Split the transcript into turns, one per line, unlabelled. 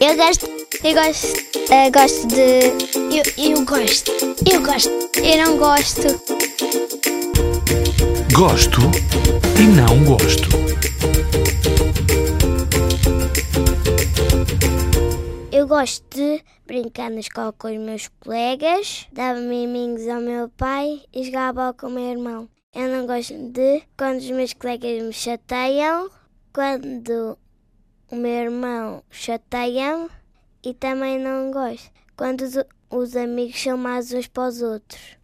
Eu gosto. Eu gosto. Eu gosto de. Eu, eu gosto. Eu gosto. Eu não gosto.
Gosto e não gosto.
Eu gosto de brincar na escola com os meus colegas, dar miminhos ao meu pai e jogar a bola com o meu irmão. Eu não gosto de quando os meus colegas me chateiam, quando o meu irmão chateia-me e também não gosto quando os, os amigos são mais uns para os outros.